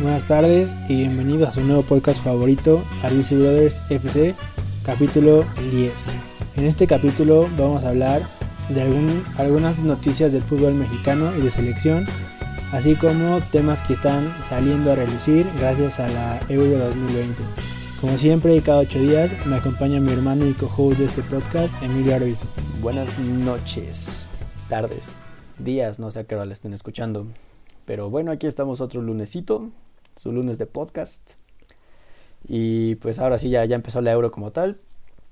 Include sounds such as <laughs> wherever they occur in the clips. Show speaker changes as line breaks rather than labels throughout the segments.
Buenas tardes y bienvenidos a su nuevo podcast favorito, RBC Brothers FC, capítulo 10. En este capítulo vamos a hablar de algún- algunas noticias del fútbol mexicano y de selección, así como temas que están saliendo a relucir gracias a la Euro 2020. Como siempre, cada 8 días me acompaña mi hermano y co-host de este podcast, Emilio Arbizu.
Buenas noches, tardes, días, no sé a qué hora la estén escuchando. Pero bueno, aquí estamos otro lunesito, su lunes de podcast. Y pues ahora sí, ya, ya empezó la Euro como tal.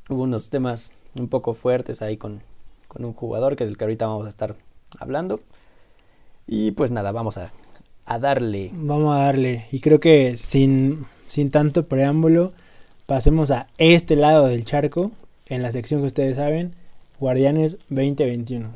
Hubo unos temas un poco fuertes ahí con, con un jugador que del que ahorita vamos a estar hablando. Y pues nada, vamos a, a darle.
Vamos a darle. Y creo que sin, sin tanto preámbulo, pasemos a este lado del charco, en la sección que ustedes saben, Guardianes 2021.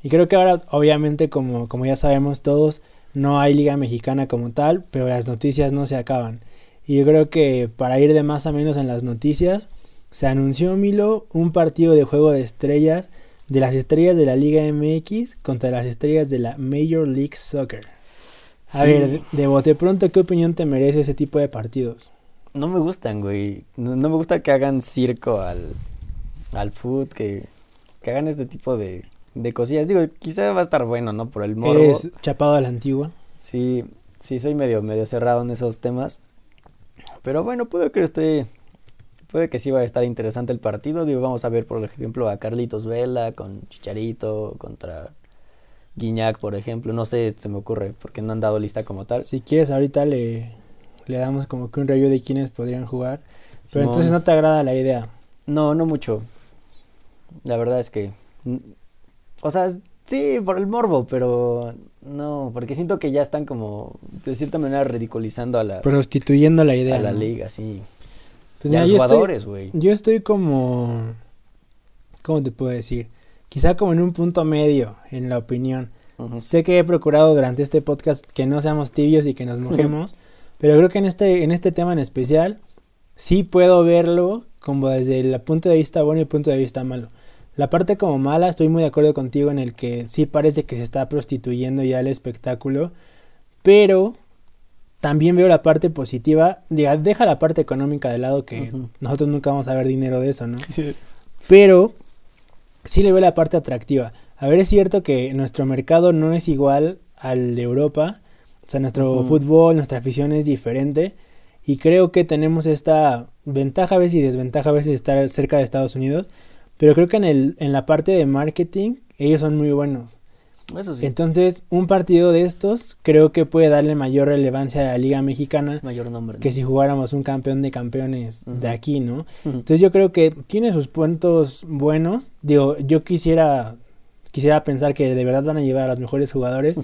Y creo que ahora, obviamente, como, como ya sabemos todos, no hay liga mexicana como tal, pero las noticias no se acaban. Y yo creo que para ir de más a menos en las noticias, se anunció, Milo, un partido de juego de estrellas de las estrellas de la Liga MX contra las estrellas de la Major League Soccer. A
Sí.
ver, de bote pronto, ¿qué opinión te merece ese tipo de partidos?
No me gustan, güey. No, no me gusta que hagan circo al, al food, que, que hagan este tipo de, de cosillas. Digo, quizá va a estar bueno, ¿no? Por el morbo.
¿Eres chapado a la antigua?
Sí, sí, soy medio, medio cerrado en esos temas. Pero bueno, puede que esté, puede que sí va a estar interesante el partido. Digo, vamos a ver, por ejemplo, a Carlitos Vela con Chicharito, contra Guiñac, por ejemplo. No sé, se me ocurre, porque no han dado lista como tal.
Si quieres, ahorita le, le damos como que un review de quienes podrían jugar. Pero
Simón.
entonces no te agrada la idea.
No, no mucho. La verdad es que. mm, O sea, es- sí, por el morbo, pero no, porque siento que ya están como, de cierta manera, ridiculizando a la,
Prostituyendo la idea.
a la
¿no?
liga, sí.
Pues
Y
mira,
a los
yo estoy,
jugadores, güey.
yo estoy como. ¿Cómo te puedo decir? Quizá como en un punto medio, en la opinión.
Ujú.
Sé que he procurado durante este podcast que no seamos tibios y que nos mojemos, pero creo que en este, en este tema en especial sí puedo verlo como desde el punto de vista bueno y el punto de vista malo. La parte como mala, estoy muy de acuerdo contigo en el que sí parece que se está prostituyendo ya el espectáculo, pero también veo la parte positiva, diga, deja la parte económica de lado que
Ujú.
nosotros nunca vamos a ver dinero de eso, ¿no? pero sí le veo la parte atractiva. A ver, es cierto que nuestro mercado no es igual al de Europa. O sea, nuestro
Ujú.
fútbol, nuestra afición es diferente. Y creo que tenemos esta ventaja a veces y desventaja a veces de estar cerca de Estados Unidos. Pero creo que en, el, en la parte de marketing ellos son muy buenos.
Eso sí,
Entonces, un partido de estos creo que puede darle mayor relevancia a la Liga Mexicana
es mayor nombre. ¿no?
que si jugáramos un campeón de campeones
Ujú.
de aquí, ¿no?
Ujú.
Entonces yo creo que tiene sus puntos buenos. Digo, yo quisiera quisiera pensar que de verdad van a llevar a los mejores jugadores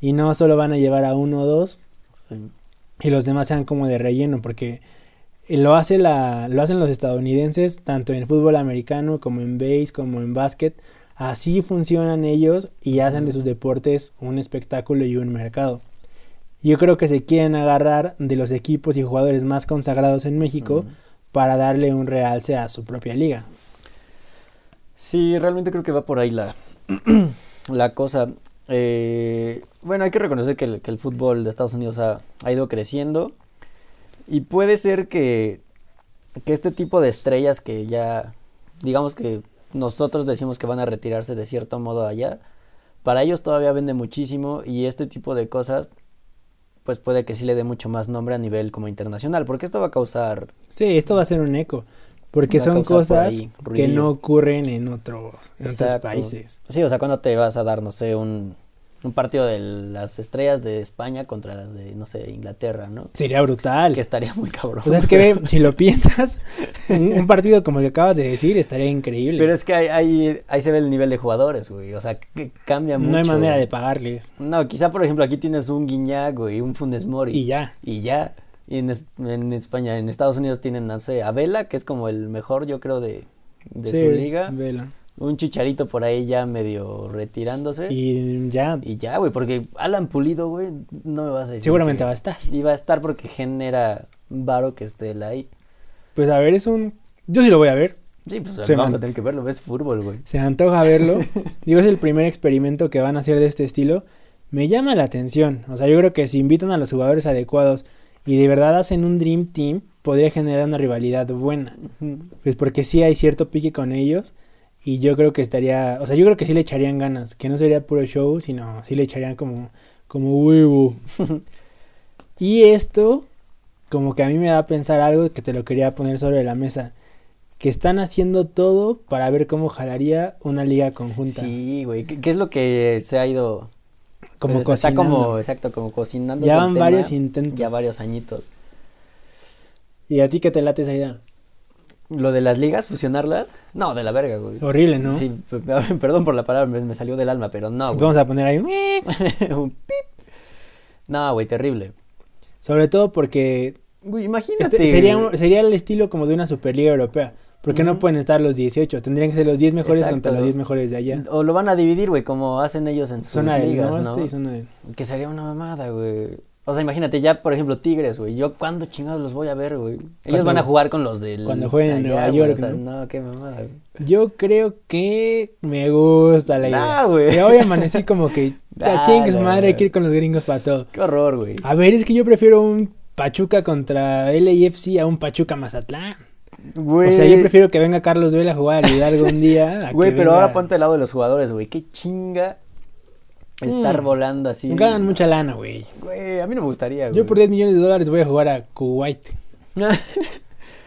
y no solo van a llevar a uno o dos
<laughs> Sí.
y los demás sean como de relleno porque lo hace la lo hacen los estadounidenses tanto en fútbol americano como en base como en básquet. Así funcionan ellos y hacen de sus deportes un espectáculo y un mercado. Yo creo que se quieren agarrar de los equipos y jugadores más consagrados en México
Ujú.
para darle un realce a su propia liga.
Sí, realmente creo que va por ahí la, <clears throat> la cosa. Eh, bueno, hay que reconocer que el, que el fútbol de Estados Unidos ha, ha ido creciendo y puede ser que, que este tipo de estrellas que ya, digamos que nosotros decimos que van a retirarse de cierto modo allá, para ellos todavía vende muchísimo y este tipo de cosas pues puede que sí le dé mucho más nombre a nivel como internacional, porque esto va a causar...
Sí, esto va a ser un eco, porque
Va a
son
causar por
cosas
ahí
que
ruidillo.
no ocurren en otros, en otros
Exacto.
países.
Sí, o sea, cuando te vas a dar, no sé, un, un partido de las estrellas de España contra las de, no sé, Inglaterra, ¿no?
Sería brutal.
Que estaría muy cabrón.
O sea, Pues es que ve, si lo piensas, un, un partido como el que acabas de decir estaría increíble.
<laughs> Pero es que ahí, ahí, ahí se ve el nivel de jugadores, güey. O sea, que cambia mucho.
no hay manera de pagarles.
No, quizá, por ejemplo, aquí tienes un Guiñac, güey, un Funes Mori.
Y ya.
Y ya. Y en, es- en España, en Estados Unidos tienen, no sé, a Vela, que es como el mejor, yo creo, de, de
Sí,
su liga.
vela.
Un Chicharito por ahí ya medio retirándose.
Y ya,
Y ya, güey, porque Alan Pulido, güey, no me vas a decir.
seguramente
que-
va a estar.
<laughs> Y va a estar porque genera varo que esté él ahí.
Pues a ver, es un... Yo sí lo voy a ver.
Sí, pues
Se
vamos
man-
a tener que verlo, ves fútbol, güey.
Se me antoja verlo. Digo, es el primer experimento que van a hacer de este estilo. me llama la atención. O sea, yo creo que si invitan a los jugadores adecuados y de verdad hacen un Dream Team, podría generar una rivalidad buena. Pues porque sí hay cierto pique con ellos. Y yo creo que estaría, o sea, yo creo que sí le echarían ganas, que no sería puro show, sino sí le echarían como, como huevo. <laughs> y esto, como que a mí me da a pensar algo que te lo quería poner sobre la mesa, que están haciendo todo para ver cómo jalaría una liga conjunta.
Sí, güey. ¿Qué, qué es lo que se ha ido?
como
pues, está
cocinando.
como, exacto, como cocinando.
Ya van varios intentos.
Ya varios añitos.
¿Y a ti qué te late esa idea?
Lo de las ligas, fusionarlas. No, de la verga, güey.
Horrible, ¿no?
Sí, p- p- perdón por la palabra, me, me salió del alma, pero no, güey.
Vamos a poner ahí. un
<laughs> Un pip. No, güey, terrible.
Sobre todo porque
Güey,
este
imagínate.
sería, un- sería el estilo como de una Superliga Europea. Porque no
Ujú.
pueden estar los 18. Tendrían que ser los 10 mejores
Exacto.
contra los 10 mejores de allá.
O lo van a dividir, güey, como hacen ellos en sus
Zona del
ligas,
norte
¿no?
Este, y zona del.
Que sería una mamada, güey. O sea, imagínate, ya, por ejemplo, Tigres, güey. Yo, ¿cuándo chingados los voy a ver, güey? Ellos
Cuando-
van a jugar con los del...
cuando jueguen en
allá,
Nueva
güey,
York,
o sea,
¿no?
¿no? qué mamada, güey.
Yo creo que me gusta la idea.
Nah, güey.
Que hoy amanecí como
<laughs>
que.
Nah,
¿A quién que su
nah,
madre
nah.
hay que ir con los gringos para todo?
Qué horror, güey.
A ver, es que yo prefiero un Pachuca contra LAFC a un Pachuca Mazatlán.
Güey.
O sea, yo prefiero que venga Carlos Vela a jugar al Hidalgo
<laughs>
un día. a
Güey,
que
pero
venga-
ahora ponte al lado de los jugadores, güey. Qué chinga estar
Mm.
volando así.
Ganan mucha lana, güey.
Güey, a mí no me gustaría, güey.
Yo por 10 millones de dólares voy a jugar a Kuwait.
<laughs>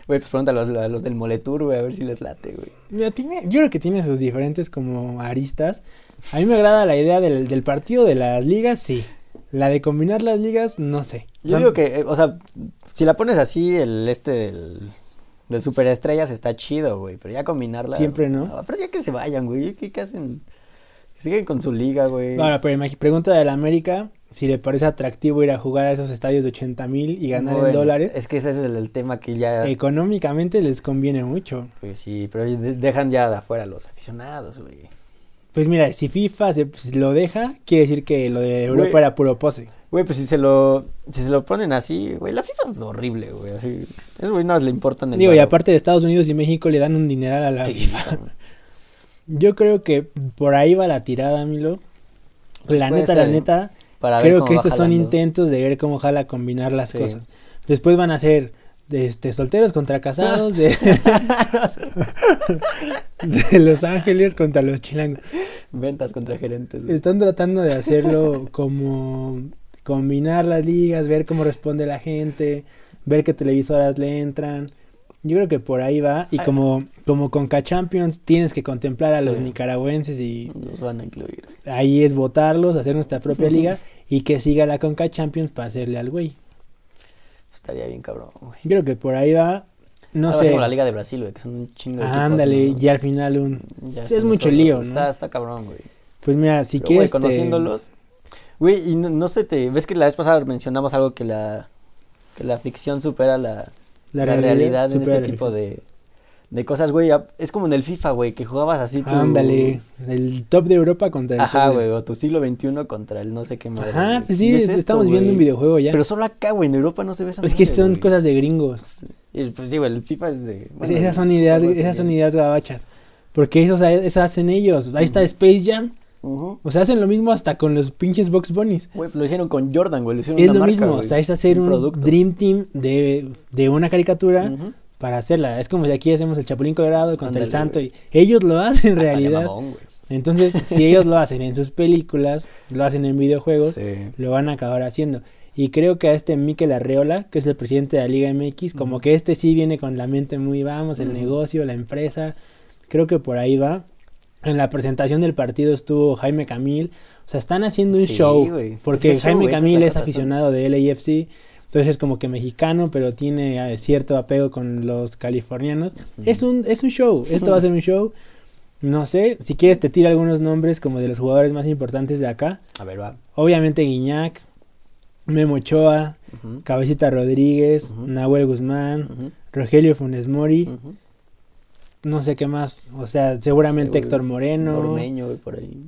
Güey, pues pregúntale a los, a los del Moletur, güey, a ver si les late, güey.
Mira, tiene- yo creo que tiene sus diferentes como aristas. A mí me agrada la idea del, del partido de las ligas, sí. La de combinar las ligas, no sé.
Yo digo que, eh, o sea, si la pones así, el este del, del Superestrellas está chido, güey. Pero ya combinarlas. Ah,
Siempre, ¿no?
Pero ya que se vayan, güey. ¿Qué, qué hacen? Que siguen con su liga, güey.
Ahora, pero imagi- pregunta del América, si le parece atractivo ir a jugar a esos estadios de 80 mil y ganar en
Bueno,
dólares.
Es que ese es el, el tema que ya.
Económicamente les conviene mucho.
Pues sí, pero de- dejan ya de afuera a los aficionados, güey.
Pues mira, si FIFA se, pues, lo deja, quiere decir que lo de Europa
Güey.
era puro pose.
Güey, pues si se lo, si se lo ponen así, güey, la FIFA es horrible, güey. Así, esos güey nada más le importan el
Digo, y
varo.
aparte de Estados Unidos y México le dan un dineral a la
Qué
FIFA.
idiota, güey.
<laughs> Yo creo que por ahí va la tirada, Milo. La
Pues Puede
neta, la
ser,
neta,
Para ver
creo
cómo
que
va
estos son
jalando.
intentos de ver cómo jala combinar las
Sí.
cosas. Después van a ser de, este, solteros contra
<laughs>
casados, de, <laughs> de Los Ángeles contra los chilangos.
Ventas contra gerentes. güey.
Están tratando de hacerlo como combinar las ligas, ver cómo responde la gente, ver qué televisoras le entran. Yo creo que por ahí va. Y
Ay.
como, como Conca Champions, tienes que contemplar a los
Ah. Sí.
nicaragüenses y
Los van a incluir.
ahí es votarlos, hacer nuestra propia liga y que siga la Conca Champions para hacerle al güey.
Estaría bien cabrón, güey.
Yo creo que por ahí va. No
Algo así
sé.
como la Liga de Brasil, güey, que son un chingo de equipos,
Ándale,
¿no?
y al final un.
Ya
sí,
se
es
nos
mucho
olvidó.
lío, ¿no?
Está, está cabrón, güey.
Pues mira, si
Pero, güey,
quieres. te-
conociéndolos. Güey, y no, no se te... ¿Ves que la vez pasada mencionamos algo que la... Que la ficción supera la, la realidad, en
supera
este
la
tipo
ficción.
de, de cosas, güey. ya- Es como en el FIFA, güey, que jugabas así tu...
Ándale, el top de Europa contra el
Ajá,
top de-
güey, o tu siglo XXI contra el no sé qué madre.
Ajá,
güey.
pues sí,
Y es
es-
esto,
estamos viendo
güey.
un videojuego ya.
Pero solo acá, güey, en Europa no se ve esa
es que
madre,
son
güey.
cosas de gringos.
Y, Pues sí, güey, el FIFA es de... bueno,
esas son
el
ideas,
fútbol
esas son
también.
ideas gabachas. Porque eso, o sea, eso hacen ellos. Ahí está Space Jam.
Ujú.
O sea, hacen lo mismo hasta con los pinches Box Bunnies.
Güey, lo hicieron con Jordan, güey, lo hicieron
Es
una
lo
marca,
mismo,
güey,
o sea, es hacer un,
producto.
Dream Team de, de una caricatura
Ujú.
para hacerla. Es como si aquí hacemos el Chapulín Colorado contra el
Ándale,
Santo y ellos lo hacen en
Hasta le
realidad.
mamón, güey.
Entonces, si ellos lo hacen en sus películas, lo hacen en videojuegos,
Sí.
lo van a acabar haciendo. Y creo que a este Mikel Arreola, que es el presidente de la Liga MX, como que este sí viene con la mente muy vamos, el
Ujú.
negocio, la empresa. Creo que por ahí va. En la presentación del partido estuvo Jaime Camil. O sea, están haciendo un
Sí,
show.
güey.
Porque
Es un show,
Jaime
güey, esa es
Camil
la
es
cosa,
aficionado de LAFC. Entonces es como que mexicano, pero tiene eh, cierto apego con los californianos. Es un, es un show. Esto va a ser un show. No sé, si quieres te tiro algunos nombres como de los jugadores más importantes de acá.
A ver, va.
Obviamente Guiñac, Memo Ochoa,
Ujú,
Cabecita Rodríguez,
Ujú.
Nahuel Guzmán,
ujú,
Rogelio Funes Mori,
ujú.
no sé qué más. O sea, seguramente
Seguro.
Héctor Moreno, Ormeño,
Ormeño, güey, por ahí.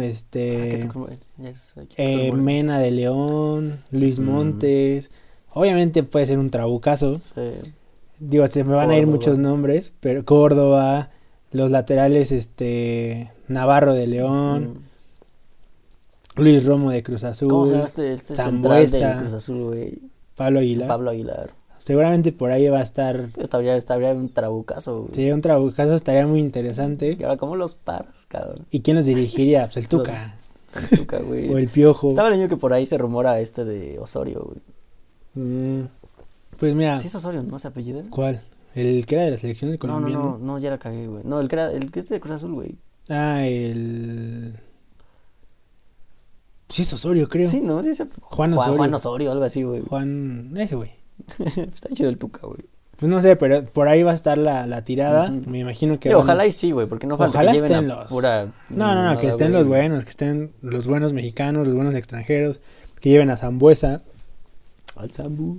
Ah,
este,
qué cool, güey. Es- qué cool,
eh,
güey.
Mena de León, Luis
Mm.
Montes. Obviamente puede ser un trabucazo.
Sí.
Digo, se me van a ir
Córdoba.
muchos nombres, pero Córdoba, los laterales, este, Navarro de León.
Mm.
Luis Romo de Cruz Azul.
¿Cómo se llama este, este central de
Zambuesa.
Cruz Azul, güey?
Pablo Aguilar.
Pablo Aguilar.
Seguramente por ahí va a estar.
Pero Estaría, estaría un trabucazo, güey.
Sí, un trabucazo estaría muy interesante.
Y ahora, ¿cómo los paras,
<laughs>
cabrón?
¿Y quién los dirigiría? Pues el Tuca.
Pachuca, güey.
o el Piojo.
Estaba leyendo que por ahí se rumora este de Osorio, güey.
Mm, Pues mira,
¿Sí es Osorio, no se apellida?
¿cuál? ¿El que era de la selección del
No, no,
colombiano?
no, no, ya la cagué, güey. No, el que, era, el que es de Cruz Azul, güey.
Ah, el. Sí, es Osorio, creo.
Sí, ¿no? Sí, se...
Juan
Ju-
Osorio.
Juan Osorio, algo así, güey.
Juan. Ese güey.
<laughs> Está chido el Tuca, güey.
Pues no sé, pero por ahí va a estar la, la tirada.
Ujú.
Me imagino que.
Digo,
van-
Ojalá y sí, güey, porque no falta
Ojalá
que lleven
estén
a
los-
pura...
No, no, no, que
nada,
estén
güey.
los buenos, que estén los buenos mexicanos, los buenos extranjeros, que lleven a Zambuesa.
Al Zambu.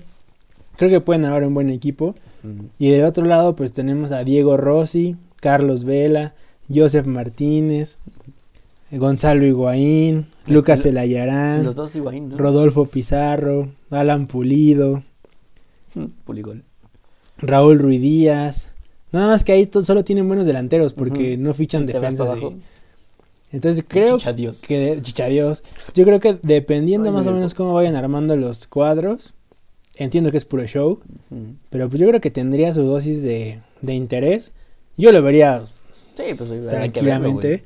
Creo que pueden armar un buen equipo. Y del otro lado, pues tenemos a Diego Rossi, Carlos Vela, Joseph Martínez, Gonzalo Higuaín,
Y-
Lucas
y lo-
Elayarán,
Los dos Higuaín, ¿no?
Rodolfo Pizarro, Alan Pulido,
<laughs> Mm, Puligol.
Raúl Ruiz Díaz. Nada más que ahí to- solo tienen buenos delanteros porque
Ujú.
no fichan
Este vas
defensas.
para abajo.
de- Entonces creo
Chicha Dios.
que de- chicha Dios. Yo creo que dependiendo
Ay,
más o
güey.
menos cómo vayan armando los cuadros, entiendo que es puro show,
Mm.
pero pues yo creo que tendría su dosis de, de interés. Yo lo vería
Sí, pues güey, hay que verlo,
tranquilamente.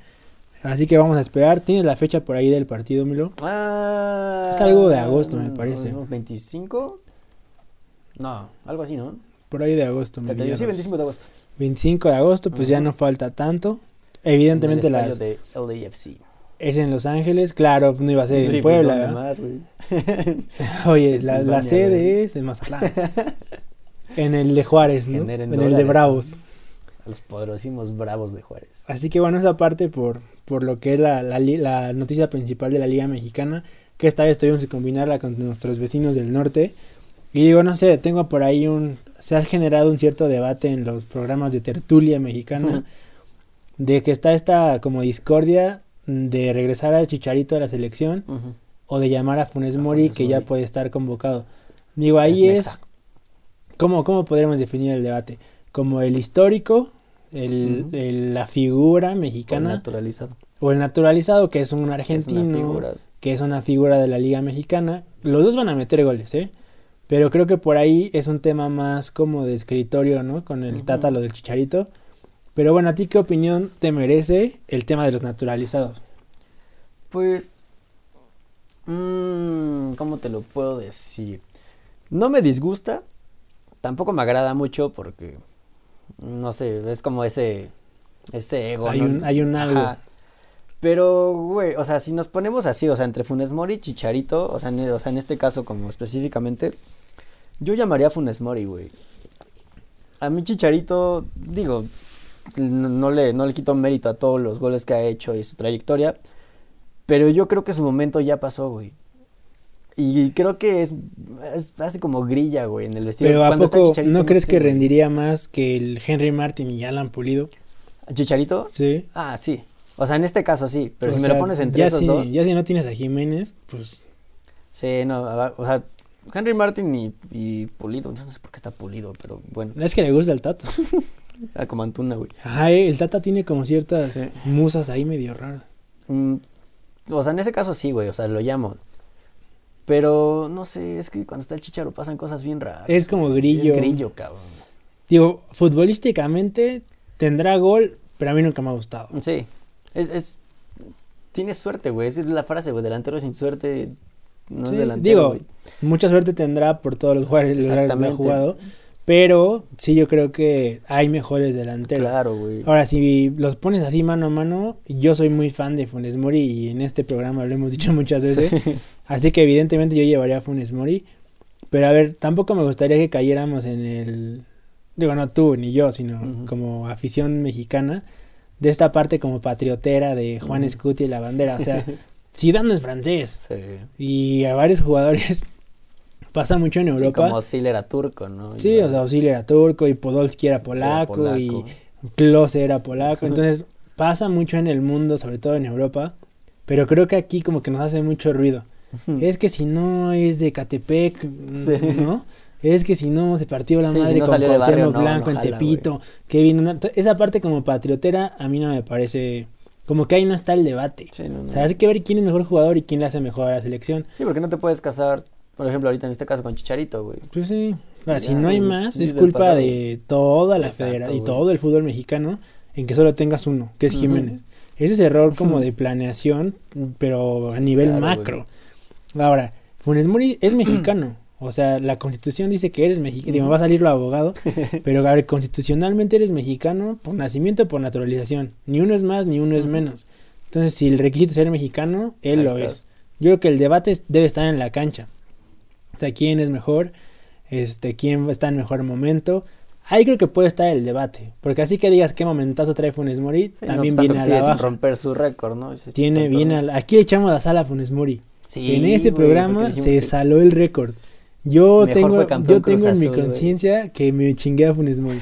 güey.
Así que vamos a esperar. ¿Tienes la fecha por ahí del partido, Milo?
Ah,
Es algo de agosto, me parece.
¿no? ¿25? No, algo así,
Mm,
¿no?
Por ahí de agosto.
Te- te digo,
mediados.
Sí, 25 de agosto.
25 de agosto, pues ya
Ujú.
no falta tanto.
En el
Evidentemente
estadio
las
de LAFC.
es en Los Ángeles, claro, no iba a ser
Sí,
en
pues,
Puebla.
¿dónde
¿verdad?
más, güey?
Oye,
En
la, la
Silvania,
sede
güey.
es en
<laughs>
Mazatlán. en el de Juárez, ¿no?
Generen
en el de
dólares,
Bravos.
A los poderosísimos bravos de Juárez.
Así que bueno, esa parte por, por lo que es la, la li- la noticia principal de la Liga Mexicana, que esta vez tuvimos que combinarla con nuestros vecinos del norte. Y digo, no sé, tengo por ahí un... Se ha generado un cierto debate en los programas de tertulia mexicana, de que está esta como discordia de regresar a Chicharito a la selección
<laughs> Ujú.
o de llamar a Funes
A
Mori,
Funes
que ya
Mori.
puede estar convocado. Digo, ahí
Es
es...
mexa.
¿cómo, ¿Cómo podríamos definir el debate? Como el histórico, el,
Ujú.
el- la figura mexicana.
Con naturalizado.
O el naturalizado, que es un argentino,
Es una figura.
que es una figura de la Liga Mexicana. Los dos van a meter goles, ¿eh? Pero creo que por ahí es un tema más como de escritorio, ¿no? Con el
Ujú.
tátalo del chicharito. Pero bueno, ¿a ti qué opinión te merece el tema de los naturalizados?
Pues. mm, ¿Cómo te lo puedo decir? No me disgusta. Tampoco me agrada mucho porque. No sé, es como ese. Ese ego.
Hay
¿no?
un- hay un algo.
Pero, güey, o sea, si nos ponemos así, o sea, entre Funes Mori y Chicharito, o sea, en, o sea, en este caso como específicamente, yo llamaría a Funes Mori, güey. A mí Chicharito, digo, no, no le, no le quito mérito a todos los goles que ha hecho y su trayectoria, pero yo creo que su momento ya pasó, güey. Y creo que es, es hace como grilla, güey, en el vestido.
Pero ¿a
Cuando está
poco
Chicharito, este
no crees
sé,
que
güey.
rendiría más que el Henry Martin y Alan Pulido?
¿Chicharito?
Sí.
Ah, sí. O sea, en este caso sí, pero
O
si me
sea,
lo pones entre
ya
esos
si-
dos...
Ya si no tienes a Jiménez, pues
Sí, no, a ver, o sea, Henry Martin y, y Pulido, no sé por qué está Pulido, pero bueno,
es que le gusta el Tata. <laughs>
ah, como Antuna, güey.
Ajá, eh, el Tata tiene como ciertas
Sí.
musas ahí medio raras.
Mm, o sea, en ese caso sí, güey, o sea, lo llamo. Pero, no sé, es que cuando está el chicharo pasan cosas bien raras.
Es como grillo.
Ah, Es grillo, cabrón.
Digo, futbolísticamente tendrá gol, pero a mí nunca me ha gustado.
Sí, es, es, tienes suerte, güey, esa es la frase, güey, delantero sin suerte no
Sí,
es delantero,
digo,
güey.
Mucha suerte tendrá por todos los jugadores lugares donde ha
Exactamente.
jugado. Pero sí, yo creo que hay mejores delanteros.
Claro, güey.
Ahora, si los pones así mano a mano, yo soy muy fan de Funes Mori y en este programa lo hemos dicho muchas
<laughs>
veces. Así que evidentemente yo llevaría a Funes Mori. Pero a ver, tampoco me gustaría que cayéramos en el... Digo, no tú ni yo, sino
Ujú.
como afición mexicana. De esta parte como patriotera de Juan
Ujú.
Escuti y la bandera. O
<laughs>
sea, Zidane es francés.
Sí.
Y a varios jugadores <laughs> pasa mucho en
Sí,
Europa.
como Sil era turco, ¿no?
Sí,
Igual,
o sea, Ozil era turco y Podolski era polaco,
era
y
polaco.
Klose era
<laughs>
polaco. Entonces pasa mucho en el mundo, sobre todo en Europa. Pero creo que aquí como que nos hace mucho ruido. Es que si no es de Catepec, mm,
Mm. Sí.
¿no? Es que si no se partió la
Sí, si
madre
no
con
salió de barrio,
Cuauhtémoc
no,
Blanco
no
en
jala,
Tepito. Que vino una- Esa parte como patriotera a mí no me parece Como que ahí no está el debate.
<laughs> Sí, no, no.
O sea, hay que ver quién es mejor jugador y quién le hace mejor a la selección.
Sí, porque no te puedes casar, por ejemplo, ahorita en este caso con Chicharito, güey.
Pues sí. Ahora,
Ya,
si no hay
ni-
más,
ni
es
del
culpa
pasado.
de toda la
Exacto,
federación y
güey.
todo el fútbol mexicano en que solo tengas uno, que es
Ujú.
Jiménez. Ese es
<laughs>
error como de planeación, pero a nivel
Claro, güey.
macro. Ahora, Funes Mori
<clears throat>
es mexicano. O sea, la constitución dice que eres mexicano. Digo,
Ujú.
va a salir lo
<laughs>
abogado. Pero, a ver, constitucionalmente eres mexicano por nacimiento o por naturalización. Ni uno es más, ni uno es
Ujú.
menos. Entonces, si el requisito es ser mexicano, él
Ahí
lo
estás.
es. Yo creo que el debate es- debe estar en la cancha. O sea, quién es mejor, este, quién está en mejor momento. Ahí creo que puede estar el debate. Porque así que digas qué momentazo trae Funes Mori,
Sí,
también
no obstante,
viene a
sí,
la
es
baja.
romper su récord, ¿no? Ese
Tiene
tonto,
bien
¿no?
a la- Aquí echamos la sala a Funes Mori.
Sí,
en este
güey, porque
programa
dijimos
se
que-
saló el récord. Yo
Mejor
tengo,
fue campeón
yo tengo
Cruz
en mi
Azul, güey.
conciencia que me chingué a Funes
<laughs>
Mori.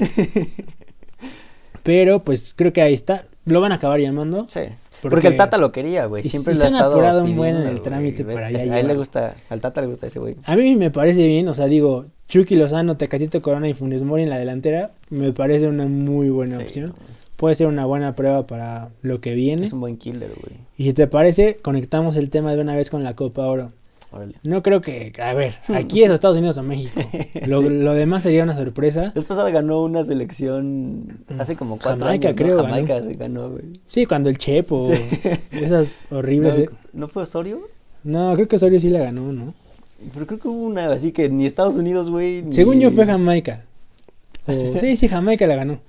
Pero pues creo que ahí está. Lo van a acabar llamando.
Sí.
Porque-
Porque, el Tata lo quería, güey.
Y-
Siempre
y
lo
se
ha
han
estado
apurado un buen en el
pidiendo, güey.
trámite para
Vete,
ya
A él le
llevarlo.
gusta, al Tata le gusta ese güey.
A mí me parece bien, o sea, digo, Chucky Lozano, Tecatito Corona y Funes Mori en la delantera, me parece una muy buena
Sí,
opción.
no,
Puede ser una buena prueba para lo que viene.
Es un buen killer, güey.
Y si te parece, conectamos el tema de una vez con la Copa Oro.
Órale.
No creo que, a ver, aquí es Estados Unidos o México. Lo,
<laughs> Sí.
lo demás sería una sorpresa.
Después ganó una selección hace como cuatro
Mm. Jamaica,
años. ¿no?
creo, ganó.
Jamaica se ganó, güey.
Sí, cuando el Chepo,
Sí.
esas horribles. eh.
No, ¿no fue Osorio?
No, creo que Osorio sí la ganó, ¿no?
Pero creo que hubo una, así que ni Estados Unidos, güey. ni-
Según yo fue Jamaica. O- sí, sí, Jamaica la ganó.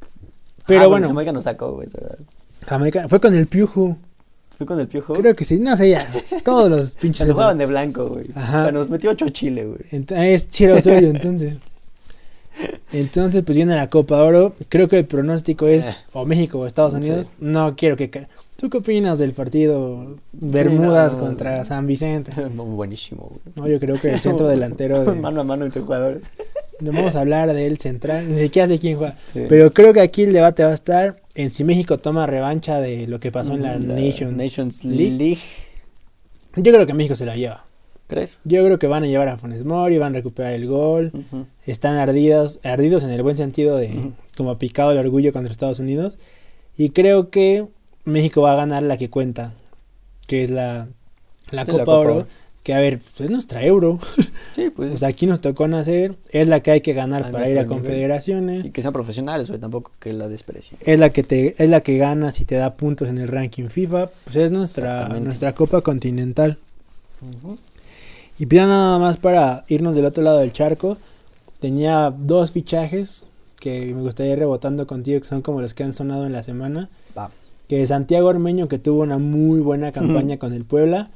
Ah,
Pero bueno,
Jamaica nos sacó, güey, es verdad.
Jamaica fue con el Piujo.
Fue con el piojo.
Creo que sí, no sé ya. Todos los pinches.
Cuando jugaban de blanco, güey.
Ajá.
Cuando Nos metió ocho a Chile, güey. <laughs>
Ent- ah, es Chiro Osorio, entonces. Entonces, pues viene la Copa Oro. Creo que el pronóstico es
Eh.
o México o Estados
Sí.
Unidos. No quiero que. ca- ¿Tú qué opinas del partido Bermudas
no, no,
contra
no.
San Vicente?
No, buenísimo, güey.
No, yo creo que el
<laughs>
centro delantero. de-
Mano a mano entre jugadores.
no vamos a hablar del central, ni siquiera sé quién juega.
Sí.
Pero creo que aquí el debate va a estar en si México toma revancha de lo que pasó en
Mm,
la Nations, League. Yo creo que México se la lleva.
¿Crees?
Yo creo que van a llevar a Funes Mori, van a recuperar el gol.
Ujú.
están ardidas, ardidos en el buen sentido de
Ujú.
como picado el orgullo contra Estados Unidos. Y creo que México va a ganar la que cuenta, que es la, la
Sí,
Copa,
la Copa
Oro.
Oro.
Que a ver, pues es nuestra euro.
Sí, pues.
O sea, aquí nos tocó nacer, es la que hay que ganar
A
para ir a
nuestro nivel.
confederaciones.
y que sean profesionales, güey. Tampoco que la desprecien.
Es la que te, es la que ganas y te da puntos en el ranking FIFA. Pues es nuestra,
Exactamente.
nuestra Copa Continental. Y pues ya nada más para irnos del otro lado del charco. Tenía dos fichajes que me gustaría ir rebotando contigo, que son como los que han sonado en la semana.
Va.
Que es Santiago Ormeño, que tuvo una muy buena campaña con el Puebla.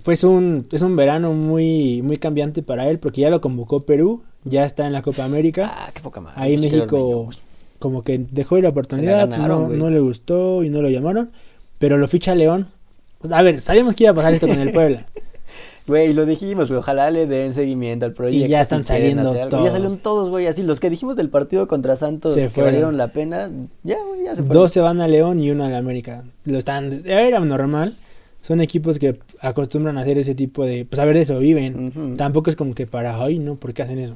Fue es un, es un verano muy, muy cambiante para él, porque ya lo convocó Perú, ya está en la Copa América.
Ah, qué poca madre.
Ahí
Pinche
México
Ormeño,
como que dejó ir la oportunidad,
ganaron,
no,
güey.
no le gustó y no lo llamaron. Pero lo ficha León. A ver, sabíamos que iba a pasar esto con el
<laughs>
Puebla.
Güey, Güey, lo dijimos, güey. Ojalá le den seguimiento al proyecto.
ya están
quieren
saliendo
hacer algo. Ya
todos.
salieron todos, güey. Así, los que dijimos del partido contra Santos
Se
que
fueron.
valieron la pena, ya, güey, ya se fueron.
Dos se van a León y uno a la América. Lo están, era normal. Son equipos que acostumbran a hacer ese tipo de, pues a ver de eso viven.
Ujú.
Tampoco es como que para hoy, ¿no? ¿Por qué hacen eso?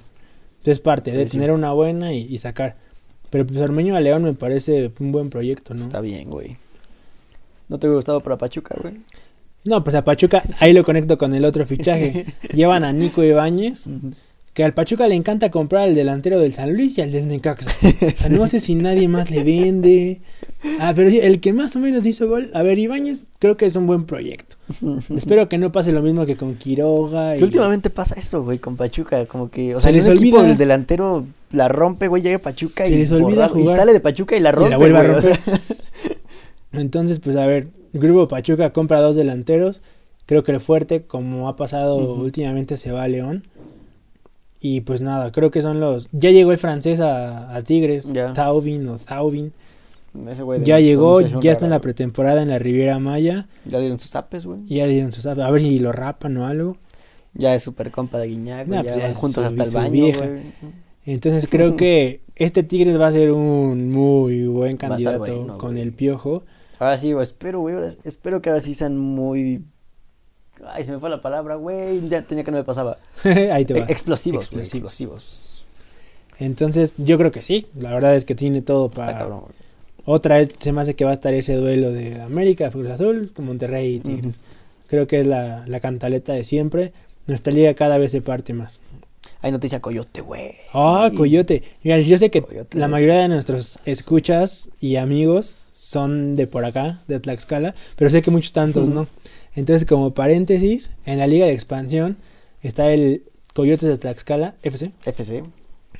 Entonces parte de
Sí, sí.
tener una buena y, y sacar. Pero pues Ormeño a León me parece un buen proyecto, ¿no?
Está bien, güey. ¿No te hubiera gustado para Pachuca, güey?
No, pues a Pachuca, ahí lo conecto con el otro
<laughs>
fichaje. Llevan a Nico Ibáñez, que al Pachuca le encanta comprar al delantero del San Luis y al del
<laughs>
Necaxa. O sea, no sé si nadie más le vende. Ah, pero sí, el que más o menos hizo gol, a ver, Ibáñez, creo que es un buen
<laughs>
proyecto. Espero que no pase lo mismo que con Quiroga.
Que
y-
últimamente pasa eso, güey, con Pachuca, como que, o sea,
Se
en
les
un equipo
olvida.
el delantero la rompe, güey, llega a Pachuca
Se
y,
les olvida
borra- y
jugar.
sale de Pachuca y la rompe,
vuelve a
güey, o sea,
<laughs> Entonces, pues a ver, Grupo Pachuca compra dos delanteros. Creo que el fuerte, como ha pasado
Ujú.
últimamente, se va a León. Y pues nada, creo que son los... Ya llegó el francés a, a Tigres,
Ya.
Taubin o Taubin.
ese güey de
Ya llegó,
pronunciación
ya está en la
rara,
pretemporada en la Riviera Maya.
güey. Ya dieron sus apes, güey.
Ya le dieron sus... A ver si lo rapan o algo.
Ya es super compa de Guiñac, güey,
Nah,
ya
pues ya
van juntos
su-
hasta el
su
baño,
vieja.
güey.
Entonces
<laughs>
creo que este Tigres va a ser un muy buen
estar
candidato
bueno,
con
güey.
el Piojo. <laughs>
Ahora sí, güey, espero, güey, ahora- espero que ahora sí sean muy Ay, se me fue la palabra, güey, ya tenía que no me pasaba.
Ahí te va.
Eh, Explosivos, güey,
Explosivos.
explosivos.
Entonces yo creo que sí. La verdad es que tiene todo
Está
para,
cabrón, güey.
Otra vez se me hace que va a estar ese duelo de América, Cruz Azul, Monterrey y Tigres. Creo que es la, la cantaleta de siempre. Nuestra liga cada vez se parte más.
Hay noticia Coyote, güey.
Ah, Coyote. Mira, yo sé que
Coyote.
la mayoría de nuestros escuchas y amigos son de por acá, de Tlaxcala, pero sé que muchos tantos, ¿no? Entonces, como paréntesis, en la liga de expansión está el Coyotes de Tlaxcala, FC,
FC.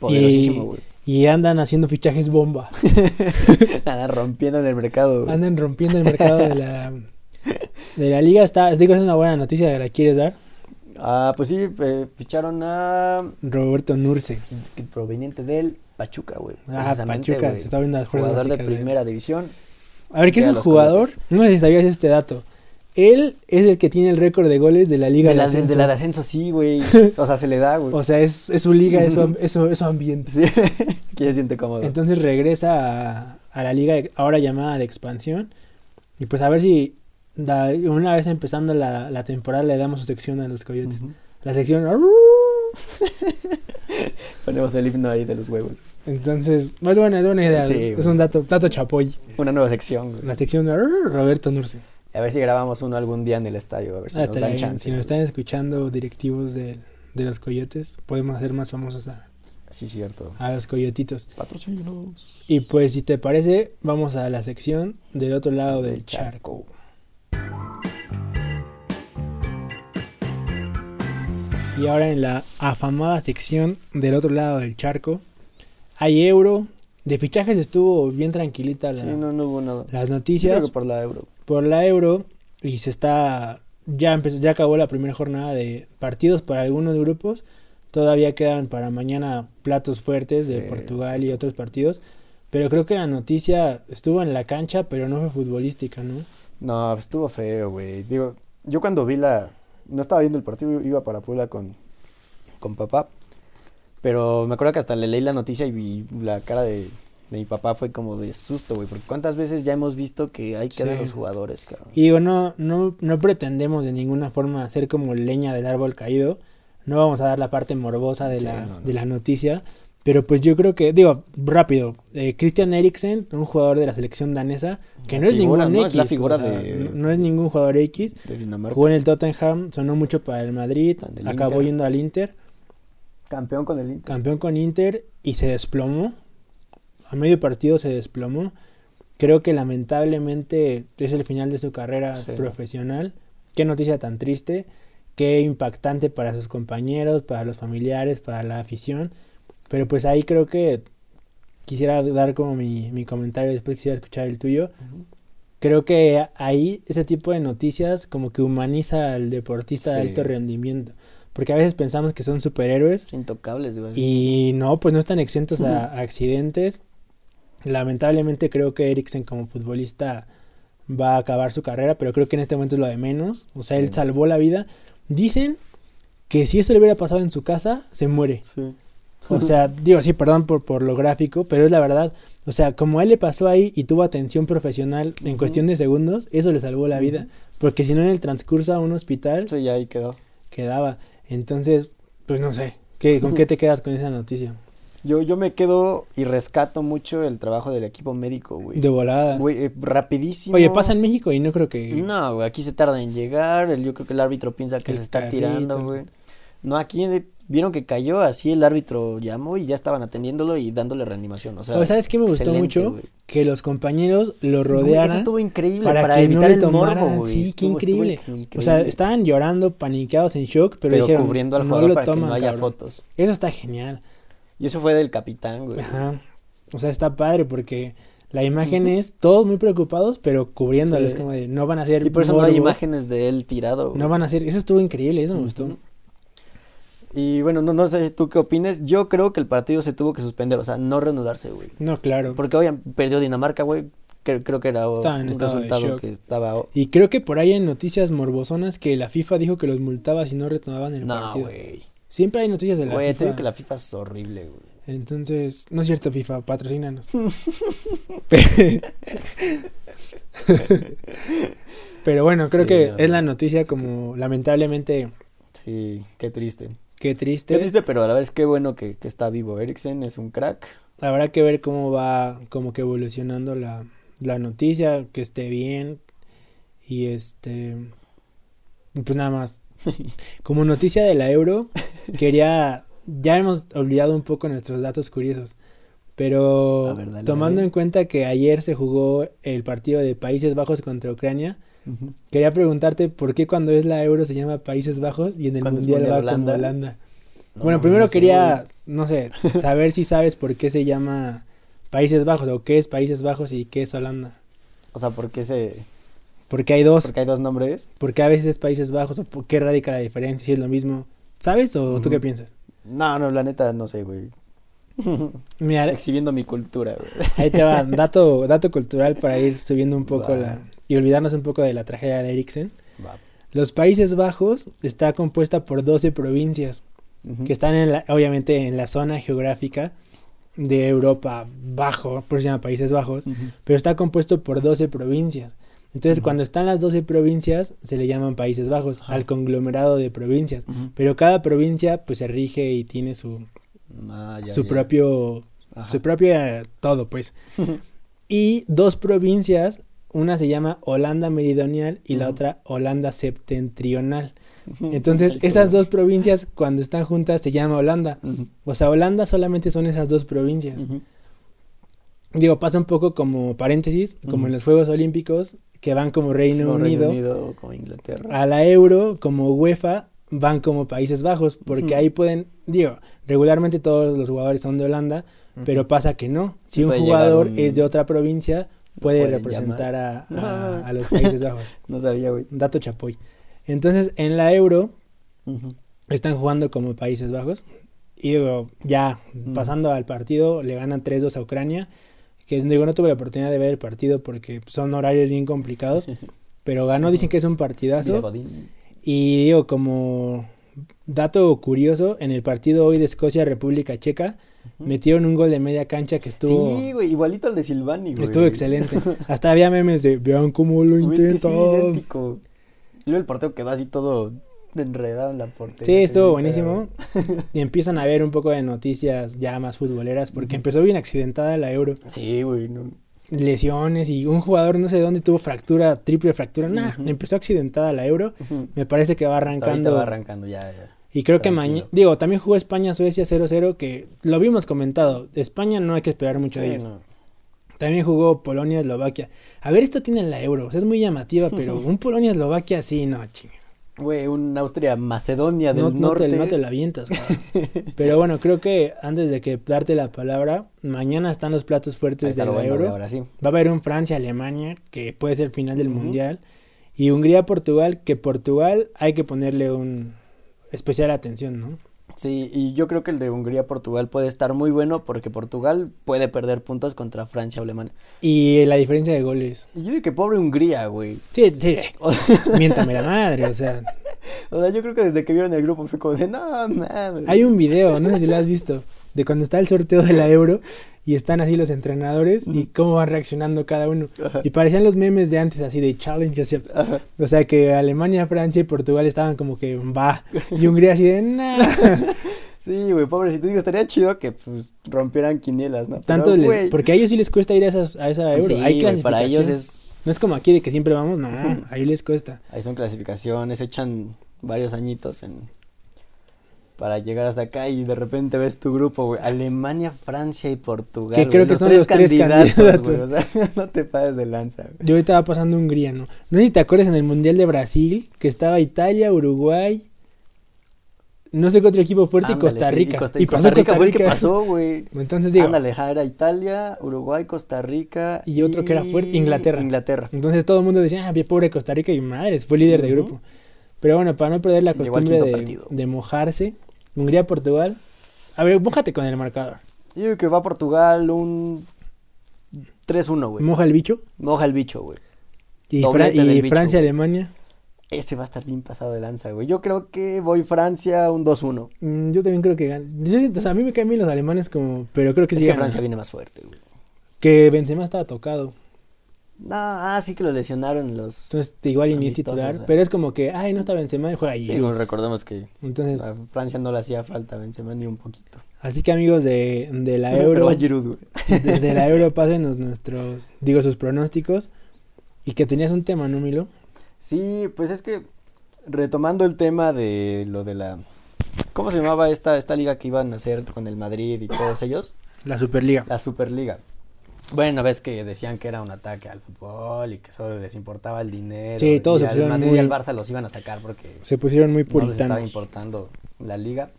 Poderosísimo,
Y-
güey.
y andan haciendo fichajes bomba.
<laughs> Nada, rompiendo en el mercado, güey.
Andan rompiendo el mercado de la, de la liga. Está, digo, es una buena noticia, ¿la quieres dar?
Ah, pues sí, eh, ficharon a.
Roberto Nurce.
que proveniente del Pachuca, güey.
Ah,
Precisamente,
Pachuca,
güey.
se está abriendo las fuerzas
Jugador de
básicas de-
primera división.
A ver, ¿qué es
Llega a
un
los
jugador?
coyotes.
No sé si sabías este dato. Él es el que tiene el récord de goles de la Liga
De
de,
la, de,
Ascenso.
la de ascenso,
<laughs>
sí, güey. O sea, se le da, güey.
O sea, es, es su liga, es su,
<laughs>
am- es su- es su ambiente.
Sí, <laughs> que se siente cómodo.
Entonces regresa a, a la liga de- ahora llamada de expansión. Y pues a ver si da- una vez empezando la, la temporada le damos su sección a los coyotes.
Ujú.
La sección...
Ponemos el himno ahí de los huevos.
Entonces, es buena, es buena idea.
Sí,
es
güey.
un dato, dato chapoy.
Una nueva sección, güey.
La sección de Roberto Nurse.
A ver si grabamos uno algún día en el estadio, a ver si
Ah,
nos
estaría
dan
bien.
chance.
Si nos
güey.
están escuchando directivos de, de los coyotes, podemos hacer más famosos a,
Sí, cierto.
a los coyotitos.
Patrocinos.
Y pues, si te parece, vamos a la sección del otro lado del,
Del
charco.
charco.
Y ahora en la afamada sección del otro lado del charco, hay euro. De fichajes estuvo bien tranquilita la-
Sí, no, no hubo nada.
las
Sí, creo
noticias
que por la euro.
por la euro y se está ya empezó, ya acabó la primera jornada de partidos para algunos grupos todavía quedan para mañana platos fuertes de
Sí.
Portugal y otros partidos pero creo que la noticia estuvo en la cancha pero no fue futbolística no
No, pues, estuvo feo, güey. Digo, yo cuando vi la... No estaba viendo el partido, iba para Puebla con, con papá. Pero me acuerdo que hasta le leí la noticia y vi la cara de, de mi papá fue como de susto, güey. Porque cuántas veces ya hemos visto que ahí quedan
Sí.
los jugadores, cabrón.
y digo no no no pretendemos de ninguna forma hacer como leña del árbol caído no vamos a dar la parte morbosa de,
Sí,
la,
no, no.
de la noticia pero pues yo creo que digo rápido eh, Christian Eriksen un jugador de la selección danesa que no es
figura,
ningún
¿no?
X
Es la figura
o sea,
de-
no- no es ningún jugador X
De Dinamarca.
Jugó en el Tottenham, sonó mucho para el Madrid,
Para el
acabó
Inter.
yendo al Inter,
Campeón con el Inter.
campeón con Inter y se desplomó. A medio partido se desplomó. Creo que lamentablemente es el final de su carrera
Sí.
profesional. Qué noticia tan triste, qué impactante para sus compañeros, para los familiares, para la afición. Pero pues ahí creo que quisiera dar como mi, mi comentario, después quisiera escuchar el tuyo. Creo que ahí ese tipo de noticias como que humaniza al deportista de
Sí.
alto rendimiento. Porque a veces pensamos que son superhéroes
Intocables, güey.
y no, pues no están exentos a a accidentes. Lamentablemente creo que Eriksen como futbolista va a acabar su carrera, pero creo que en este momento es lo de menos. O sea, él
Sí.
salvó la vida. Dicen que si eso le hubiera pasado en su casa, se muere.
Sí.
O sea, digo, sí, perdón por, por lo gráfico, pero es la verdad. O sea, como a él le pasó ahí y tuvo atención profesional en
Ujú.
cuestión de segundos, eso le salvó la vida.
Ujú.
Porque si no, en el transcurso a un hospital
Sí, ya ahí quedó.
quedaba. Entonces, pues no sé. ¿qué, ¿Con qué te quedas con esa noticia?
Yo, yo me quedo y rescato mucho el trabajo del equipo médico, güey.
De volada.
Güey, eh, rapidísimo.
Oye, pasa en México y no creo que.
No, güey, aquí se tarda en llegar. el- yo creo que el árbitro piensa que
El
se está
carrito,
tirando,
el-
güey. No, aquí eh, vieron que cayó, así el árbitro llamó y ya estaban atendiéndolo y dándole reanimación. O sea,
Oye, ¿Sabes qué me gustó
excelente,
mucho?
güey.
Que los compañeros lo
Güey, Eso
rodearan.
estuvo increíble
para
para,
que no
evitar
le
el morbo,
tomaran,
güey.
sí, qué
estuvo- estuvo
increíble.
increíble.
o sea, estaban llorando, paniqueados en shock, pero,
pero
dijeron.
cubriendo al
"No
jugador
lo
para que
toman,
no haya
cabrón".
fotos.
Eso está genial.
Y eso fue del capitán, Pues, güey.
Ajá. O sea, está padre porque la imagen es todos muy preocupados, pero cubriéndoles
Sí.
como de no van a ser
Y por eso no hay
morbo,
imágenes de él tirado. güey.
No van a ser, eso estuvo increíble, eso me gustó.
Ujú. Y bueno, no, no sé tú qué opines. Yo creo que el partido se tuvo que suspender, o sea, no reanudarse, güey.
No, claro.
Porque obviamente perdió Dinamarca, güey. que- creo que era o,
Estaba en
un
estado de
resultado
shock.
que estaba. o-
Y creo que por ahí hay noticias morbosonas que la FIFA dijo que los multaba si no retomaban el
No,
partido.
güey.
Siempre hay noticias de la
Güey, te
FIFA.
digo que la FIFA es horrible, güey.
Entonces, no es cierto FIFA,
<laughs>
patrocínanos. pero bueno, creo
Sí,
que
no.
es la noticia como lamentablemente
Sí, qué triste.
qué
Qué
triste.
triste, pero a la vez qué bueno que, que está vivo. Eriksen es un crack.
habrá que ver cómo va como que evolucionando la, la noticia, que esté bien y este pues nada
<laughs>
más. Como noticia de la Euro, quería ya hemos olvidado un poco nuestros datos curiosos, pero
ver, dale,
tomando
dale.
en cuenta que ayer se jugó el partido de Países Bajos contra Ucrania,
Ujú.
Quería preguntarte por qué cuando es la Euro se llama Países Bajos y en el
Cuando es
Mundial va
Mundial
como
Holanda.
Holanda.
No,
bueno,
no
primero
sé,
quería, no sé, saber si sabes por qué se llama Países Bajos o qué es Países Bajos y qué es Holanda.
O sea, ¿por qué, se,
Porque hay dos,
por qué hay dos nombres?
porque a veces es Países Bajos o por qué radica la diferencia, si es lo mismo. ¿Sabes o tú qué
Ujú.
piensas?
No, no, la neta, no sé, güey.
Mira,
Exhibiendo mi cultura, güey.
ahí te va, dato, dato cultural para ir subiendo un poco
Va.
la, y olvidarnos un poco de la tragedia de Eriksen.
Va.
Los Países Bajos está compuesta por 12 provincias.
Ujú.
que están en la- obviamente en la zona geográfica de Europa bajo, por eso se llama Países Bajos,
Ujú.
pero está compuesto por 12 provincias. Entonces,
Ujú.
cuando están las 12 provincias, se le llaman Países Bajos,
Ajá.
al conglomerado de provincias.
Ujú.
Pero cada provincia, pues, se rige y tiene su,
Ah, ya,
su
ya.
propio,
Ajá.
su propia todo, pues.
<laughs>
Y dos provincias, una se llama Holanda Meridional y la
Ujú.
otra Holanda Septentrional.
<laughs>
Entonces, esas dos provincias, cuando están juntas, se llama Holanda.
Ujú.
O sea, Holanda solamente son esas dos provincias.
Ujú.
Digo, pasa un poco como paréntesis, como en
Ujú.
los Juegos Olímpicos, que van como Reino
Como
Unido,
Reino Unido o como Inglaterra.
a la Euro, como UEFA, van como Países Bajos, porque
Ujú.
ahí pueden, digo, regularmente todos los jugadores son de Holanda, pero pasa que no. Si un
Puede llegar
jugador
un-
es de otra provincia,
Lo
puede
pueden
representar a, a-
No.
a los Países
<laughs>
Bajos.
No sabía, güey.
Dato chapoy. Entonces, en la Euro,
Ujú.
están jugando como Países Bajos. Y digo, ya pasando al partido, le ganan 3-2 a Ucrania. Que digo, no tuve la oportunidad de ver el partido porque son horarios bien
<laughs>
complicados. Pero ganó, dicen que es un
Mira,
partidazo.
Godín.
Y digo, como dato curioso, en el partido hoy de Escocia-República Checa, metieron un gol de media cancha que estuvo.
Sí, güey, igualito al de Silvani, güey.
Estuvo
<laughs>
excelente. Hasta había memes de vean cómo lo
Güey, es que sí,
intentan.
idéntico. Y luego el partido quedó así todo enredado en la portería.
Sí, estuvo
Pero-
buenísimo. <laughs> Y empiezan a ver un poco de noticias ya más futboleras, porque empezó bien accidentada la Euro.
Sí, güey, no.
Lesiones y un jugador no sé dónde tuvo fractura, triple fractura. Nah,
Ujú.
empezó accidentada la Euro.
Ujú.
Me parece que va
Hasta ahorita
arrancando.
va arrancando ya, ya.
y creo que mañana.
tranquilo.
Digo, también jugó España-Suecia 0-0, que lo vimos comentado. De España no hay que esperar mucho de
Sí,
ellos.
no.
También jugó Polonia-Eslovaquia. A ver, esto tiene la Euro. o sea, es muy
<laughs>
llamativa, pero un Polonia-Eslovaquia sí, no, chinga.
Güey, un Austria, Macedonia del
no, no
Norte.
te, no te la avientas. cabrón. Pero bueno, creo que antes de que darte la palabra, mañana están los platos
Ahí
fuertes
está
de
lo
la
bueno,
Euro.
güey, Ahora sí.
Va a haber un Francia-Alemania, que puede ser final del
Ujú.
Mundial. Y Hungría-Portugal, que Portugal hay que ponerle un especial atención, ¿no?
Sí, y yo creo que el de Hungría-Portugal puede estar muy bueno porque Portugal puede perder puntos contra Francia o Alemania.
Y la diferencia de goles.
Y yo digo que pobre Hungría, güey.
Sí,
<laughs>
sí. Miéntame la madre, o sea.
O sea, yo creo que desde que vieron el grupo fue como de, no, mames.
Hay un video, no sé si lo has visto, de cuando está el sorteo de la Euro y están así los entrenadores y cómo van reaccionando cada uno.
Ajá.
Y parecían los memes de antes, así de challenge. así- O sea, que Alemania, Francia y Portugal estaban como que va. Y Hungría así de
<laughs>
nah.
Sí, güey, pobrecito. Digo, estaría chido que pues, rompieran quinielas, ¿no? Pero,
Tanto les-
güey, Pues
porque a ellos sí les cuesta ir a, esas, a esa Euro.
sí,
Hay
güey,
clasificación.
para ellos es.
No es como aquí de que siempre vamos, no, ahí les cuesta.
Ahí son clasificaciones, echan varios añitos en. Para llegar hasta acá y de repente ves tu grupo, güey. Alemania, Francia y Portugal.
Que
güey,
creo que son los tres
güey. O sea, <laughs> no te pares de lanza, güey.
Y ahorita va pasando Hungría, ¿no? No sé si te acuerdas en el Mundial de Brasil, que estaba Italia, Uruguay, no sé qué otro equipo fuerte y
Ándale,
Costa
sí,
Rica.
Y Costa, y Costa Rica, fue el que pasó, güey.
Entonces digo,
Ándale, ajá, era Italia, Uruguay, Costa Rica.
Y otro que era fuerte, Inglaterra.
Inglaterra.
entonces todo el mundo decía, ah, bien pobre Costa Rica y madres, fue líder de
Ujú.
grupo. Pero bueno, para no perder la
Llegó al
costumbre
quinto
de,
partido.
de mojarse, Hungría-Portugal. A ver, mójate con el marcador.
Yo digo que va a Portugal un 3-1, güey.
Moja el bicho.
Moja el bicho, güey.
Y,
Doblete
Fra-
del
y
bicho, güey.
Francia-Alemania.
Ese va a estar bien pasado de lanza, güey. Yo creo que voy Francia un 2-1.
Mm, yo también creo que ganan. Yo- o sea, a mí me caen bien los alemanes como... Pero creo que
Es
sí
que
ganan.
Francia viene más fuerte, güey.
Que Benzema estaba tocado.
No, ah, sí que lo lesionaron en los.
Entonces, igual y ni es
Amistosos,
titular,
eh.
pero es como que, ay, no está Benzema y juega
Sí,
Giroud.
bueno, recordemos que
Entonces,
a Francia no le hacía falta a Benzema ni un poquito.
así que amigos de, de la
<laughs> Pero
Euro,
a Giroud, güey.
de, de la Euro, pásenos nuestros, digo, sus pronósticos. Y que tenías un tema, ¿no, Milo?
Sí, pues es que retomando el tema de lo de la ¿Cómo se llamaba esta esta liga que iban a hacer con el Madrid y todos ellos?
La Superliga.
La Superliga. Bueno, ves que decían que era un ataque al fútbol y que solo les importaba el dinero.
Sí, todos
y
se
al
pusieron
Madrid
muy-
y al Barça los iban a sacar porque
Se pusieron muy
no les estaba
puritanos.
importando la liga.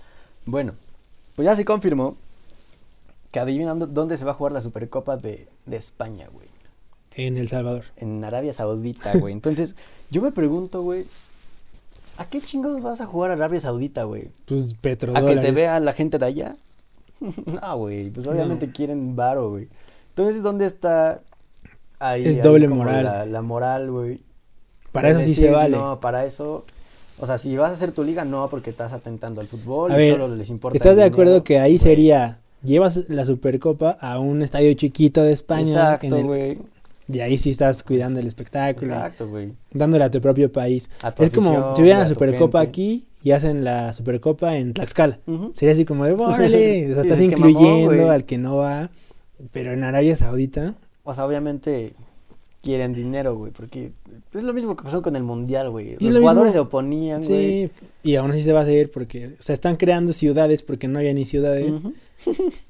Bueno, pues ya se confirmó que adivinando dónde se va a jugar la Supercopa de, de España, güey.
en El Salvador.
En Arabia
<laughs>
Saudita, güey. Entonces, yo me pregunto, güey, ¿a qué chingados vas a jugar a Arabia Saudita, güey?
Pues
¿A que
petrodólares.
te vea la gente de allá? <laughs> no, güey, pues obviamente quieren varo, güey. Entonces, ¿dónde está ahí?
Es
ahí
doble
como
moral.
La, la moral, güey.
Para
De
eso sí
decir,
se vale.
No, para eso... O sea, si vas a hacer tu liga, no, porque estás atentando al fútbol
A
y
ver,
solo les importa el
¿Estás de acuerdo
dinero,
que ahí
güey.
sería, llevas la Supercopa a un estadio chiquito de España? en
Exacto,
el-
güey.
de ahí sí estás cuidando el espectáculo,
Exacto, güey.
dándole a tu propio país.
A tu
Es como
afición,
si hubieran la
güey, a tu
Supercopa
gente.
aquí y hacen la Supercopa en Tlaxcala.
Ujú.
Sería así como de,
<laughs>
órale, o sea,
Sí,
estás
es que mamón,
incluyendo
güey.
al que no va, pero en Arabia Saudita,
O sea, obviamente quieren dinero, güey, porque es lo mismo que pasó con el mundial, güey.
lo
Los
mismo.
jugadores se oponían, güey.
sí, y aún así se va a hacer porque, o sea, están creando ciudades porque no había ni ciudades.
Ujú.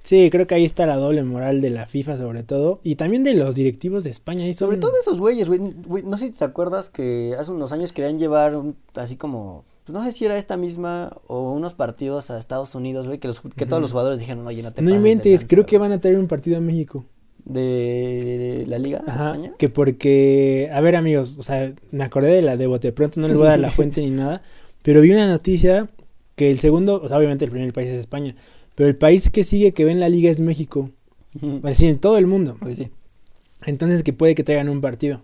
Sí, creo que ahí está la doble moral de la FIFA sobre todo, y también de los directivos de España. ahí
Sobre
son-
todo esos güeyes, güey. Güey, No sé si te acuerdas que hace unos años querían llevar un- así como, pues no sé si era esta misma o unos partidos a Estados Unidos, güey, que, los, que todos los jugadores dijeron, oye, no te
No
pases de
inventes,
lanza,
creo que
güey".
van a traer un partido a México.
De la Liga de
Ajá,
España.
que porque, a ver amigos, o sea, me acordé de la de Bote Pronto, no les voy a dar
<laughs>
la fuente ni nada, pero vi una noticia que el segundo, o sea, obviamente el primer país es España, pero el país que sigue que ve en la liga es México,
Ujú.
así en todo el mundo,
<laughs> Pues sí.
entonces que puede que traigan un partido.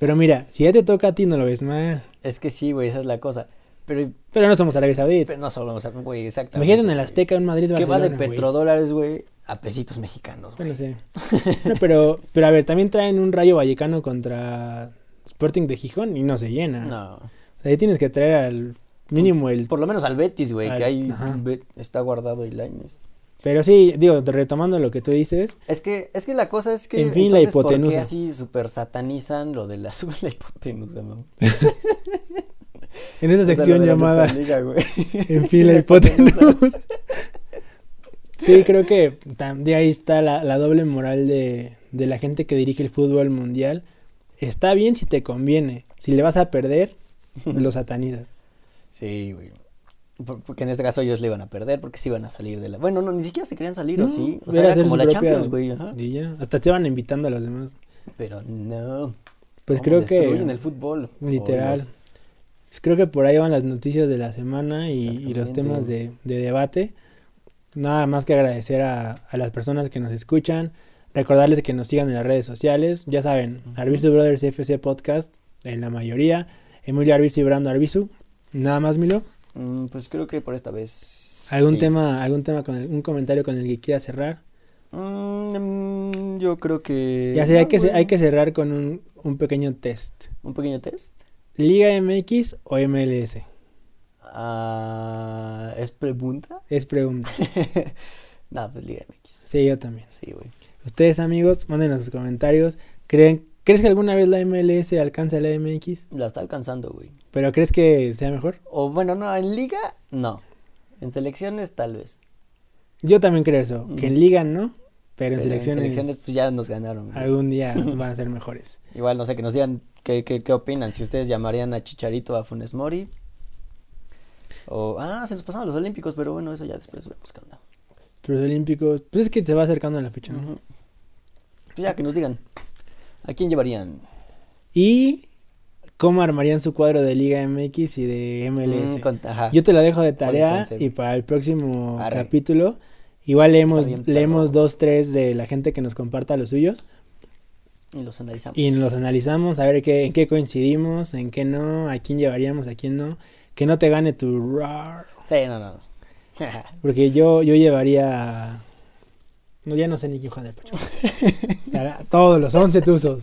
Pero mira, si ya te toca a ti no lo ves mal,
Es que sí, güey, esa es la cosa. Pero,
pero no somos Arabia Saudita.
pero no solo, o sea, güey, exactamente.
Imagínate en el
güey.
Azteca, un Madrid,
¿Qué va
Barcelona,
de
güey.
petrodólares, güey, a pesitos mexicanos, güey?
Bueno,
<laughs>
sí. No, pero, pero a ver, también traen un Rayo Vallecano contra Sporting de Gijón y no se llena.
No.
Ahí tienes que traer al mínimo el...
Por lo menos al Betis, güey,
Al-
que ahí
ajá.
ve- está guardado Ilaines.
Pero sí, digo, retomando lo que tú dices,
Es que, es que la cosa es que.
En fin, la
entonces, ¿por qué
hipotenusa.
así super satanizan lo de la, <laughs> la hipotenusa, ¿no?
en esa
O sea, lo
sección
de la
llamada
Superliga, güey.
En <laughs> fin,
<laughs>
la hipotenusa. sí, creo que tam- de ahí está la, la doble moral de, de la gente que dirige el fútbol mundial. Está bien si te conviene. Si le vas a
<laughs>
perder, lo satanizas.
Sí, güey. Por- Porque en este caso ellos le iban a perder porque se iban a salir de la. Bueno, no, ni siquiera se querían salir, ¿o
No,
sí? O
era
sea, era
hacer
como
su
la
propia-
Champions, güey. ajá.
Y ya, hasta te van invitando a los demás.
Pero no.
Pues
cómo
creo que...
Destruyen el fútbol.
Literal.
Oh,
Creo que por ahí van las noticias de la semana y, y los
Exactamente.
temas de, de debate. Nada más que agradecer a, a las personas que nos escuchan, recordarles que nos sigan en las redes sociales. Ya saben, Arbizu Brothers FC Podcast en la mayoría, Emilio Arbizu y Brando Arbizu. Nada más, Milo.
Dios. Mm, pues creo que por esta vez.
¿Algún
sí.
tema, algún tema con el- un comentario con el que quiera cerrar?
Mm, yo creo que.
ya sé, hay
no,
que, ce-
güey.
hay que cerrar con un, un pequeño test.
Un pequeño test.
¿Liga MX o MLS?
Ah, ¿Es pregunta?
Es pregunta.
<laughs> no, pues Liga MX.
Sí, yo también.
Sí, güey.
Ustedes amigos, mándenos sus comentarios. ¿Creen, ¿Crees que alguna vez la MLS alcance a la MX?
La está alcanzando, güey.
¿Pero crees que sea mejor?
O bueno, no, en Liga, no. En selecciones, tal vez.
Yo también creo eso, que en liga no, pero, en
Mm. Pero
selecciones
pues ya nos ganaron. güey.
algún
<laughs>
día van a ser mejores.
Igual, no sé, que nos digan qué, qué, qué opinan. Si ustedes llamarían a Chicharito a Funes Mori. O, ah, se nos pasaron los Olímpicos, pero bueno, eso ya después vemos qué onda.
Pero los olímpicos, pues es que se va acercando a la fecha, ¿no?
Ujú. Pues ya, que nos digan. ¿A quién llevarían?
Y cómo armarían su cuadro de Liga MX y de MLS.
Mm, con- ajá.
Yo te lo dejo de tarea
Once.
y para el próximo
Arre.
capítulo igual leemos,
bien, perro.
leemos dos, tres de la gente que nos comparta los suyos.
Y los analizamos.
y los analizamos a ver qué, en qué coincidimos, en qué no, a quién llevaríamos, a quién no. Que no te gane tu RAR.
Sí, no, no. <laughs> no.
Porque yo, yo llevaría. No, ya no sé ni qué hijo de Pachuca. Todos los 11 tuzos.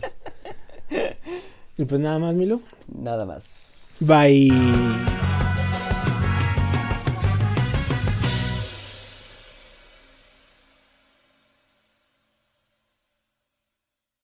Y pues nada más, Milo.
Nada más.
Bye.